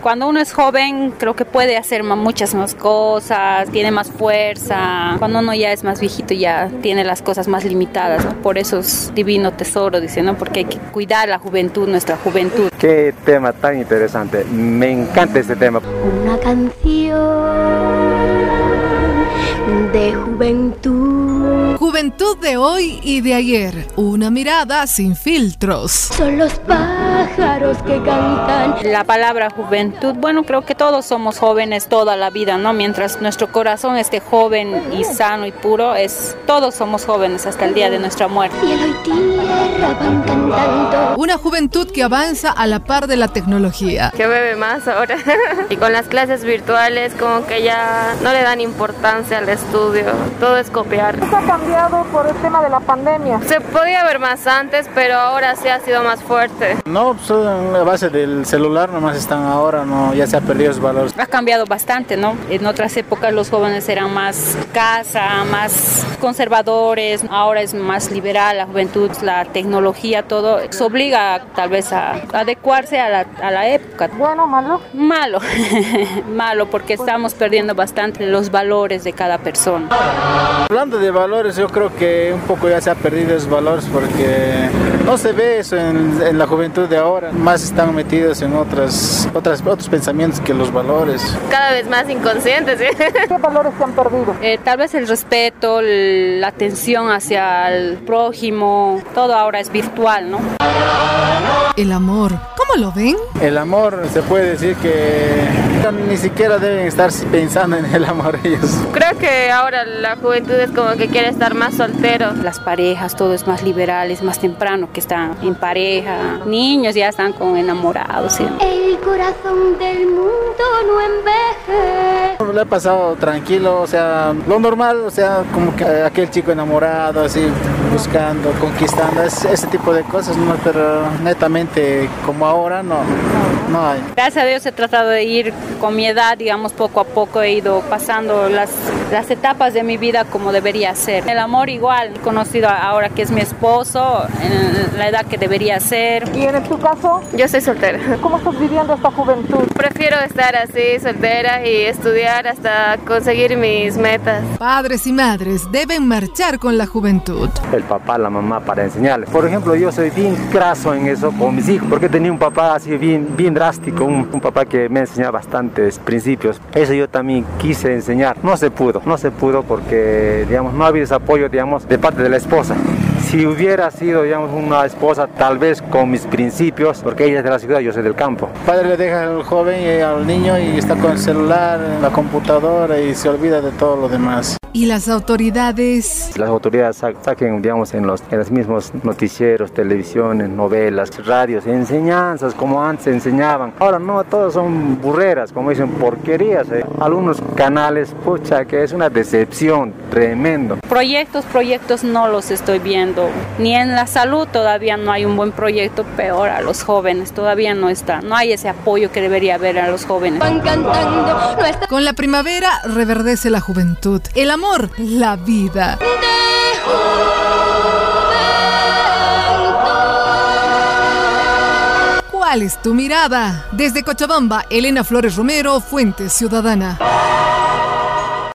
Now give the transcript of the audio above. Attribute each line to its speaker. Speaker 1: Cuando uno es joven, creo que puede hacer muchas más cosas, tiene más fuerza. Cuando uno ya es más viejito, ya tiene las cosas más limitadas. ¿no? Por eso es divino tesoro, dice, ¿no? Porque hay que cuidar la juventud, nuestra juventud.
Speaker 2: Qué tema tan interesante. Me encanta este tema.
Speaker 3: Una canción de juventud.
Speaker 4: Juventud de hoy y de ayer. Una mirada sin filtros.
Speaker 3: Son los pájaros que cantan.
Speaker 1: La palabra juventud, bueno, creo que todos somos jóvenes toda la vida, ¿no? Mientras nuestro corazón esté joven y sano y puro, es todos somos jóvenes hasta el día de nuestra muerte.
Speaker 3: Cielo y tierra van cantando.
Speaker 4: Una juventud que avanza a la par de la tecnología.
Speaker 5: que bebe más ahora. y con las clases virtuales como que ya no le dan importancia al estudio, todo es copiar.
Speaker 6: ha cambiado por el tema de la pandemia?
Speaker 5: Se podía ver más antes, pero ahora sí ha sido más fuerte.
Speaker 7: No, pues a base del celular nomás están ahora, no, ya se ha perdido su valor.
Speaker 1: Ha cambiado bastante, ¿no? En otras épocas los jóvenes eran más casa, más conservadores, ahora es más liberal, la juventud, la tecnología, todo, se obliga tal vez a adecuarse a la, a la época.
Speaker 6: Bueno, malo.
Speaker 1: Malo, malo, porque estamos perdiendo bastante los valores de cada persona.
Speaker 7: Hablando de valores, yo creo que un poco ya se ha perdido esos valores porque no se ve eso en, en la juventud de ahora. Más están metidos en otras, otras, otros pensamientos que los valores.
Speaker 5: Cada vez más inconscientes. ¿sí?
Speaker 6: ¿Qué valores se han perdido?
Speaker 1: Eh, tal vez el respeto, el- la atención hacia el prójimo, todo ahora es virtual, ¿no?
Speaker 4: El amor. ¿Cómo lo ven?
Speaker 7: El amor, se puede decir que ni siquiera deben estar pensando en el amor ellos.
Speaker 5: Creo que ahora la juventud es como que quiere estar más soltero.
Speaker 1: Las parejas, todo es más liberal, es más temprano que están en pareja. Niños ya están con enamorados. ¿sí?
Speaker 3: El corazón del mundo no envejece.
Speaker 7: Le ha pasado tranquilo, o sea, lo normal, o sea, como que aquel chico enamorado, así, buscando, conquistando, es- ese tipo de cosas, ¿no? pero netamente como ahora no, no hay.
Speaker 1: Gracias a Dios he tratado de ir con mi edad, digamos, poco a poco he ido pasando las, las etapas de mi vida como debería ser. El amor igual, he conocido ahora que es mi esposo, en la edad que debería ser.
Speaker 6: ¿Y en tu caso?
Speaker 5: Yo soy soltera.
Speaker 6: ¿Cómo estás viviendo esta juventud?
Speaker 5: Prefiero estar así, soltera y estudiar hasta conseguir mis metas.
Speaker 4: Padres y madres deben marchar con la juventud.
Speaker 2: El papá, la mamá para enseñarles. Por ejemplo, yo soy bien craso en eso con mis hijos, porque tenía un papá así bien, bien drástico, un, un papá que me enseñaba bastantes principios. Eso yo también quise enseñar. No se pudo, no se pudo porque, digamos, no había ese apoyo, digamos, de parte de la esposa. Si hubiera sido, digamos, una esposa tal vez con mis principios, porque ella es de la ciudad, yo soy del campo.
Speaker 7: Padre le deja al joven y al niño y está con el celular, la computadora y se olvida de todo lo demás.
Speaker 4: Y las autoridades.
Speaker 2: las autoridades sa- saquen, digamos, en los, en los mismos noticieros, televisiones, novelas, radios, enseñanzas, como antes enseñaban. Ahora no, todos son burreras, como dicen, porquerías. eh. Algunos canales, pucha, que es una decepción tremendo.
Speaker 1: Proyectos, proyectos no los estoy viendo. Ni en la salud todavía no hay un buen proyecto, peor a los jóvenes, todavía no está. No hay ese apoyo que debería haber a los jóvenes.
Speaker 3: Van cantando nuestra
Speaker 4: Con la primavera reverdece la juventud, el amor, la vida. ¿Cuál es tu mirada? Desde Cochabamba, Elena Flores Romero, Fuente Ciudadana.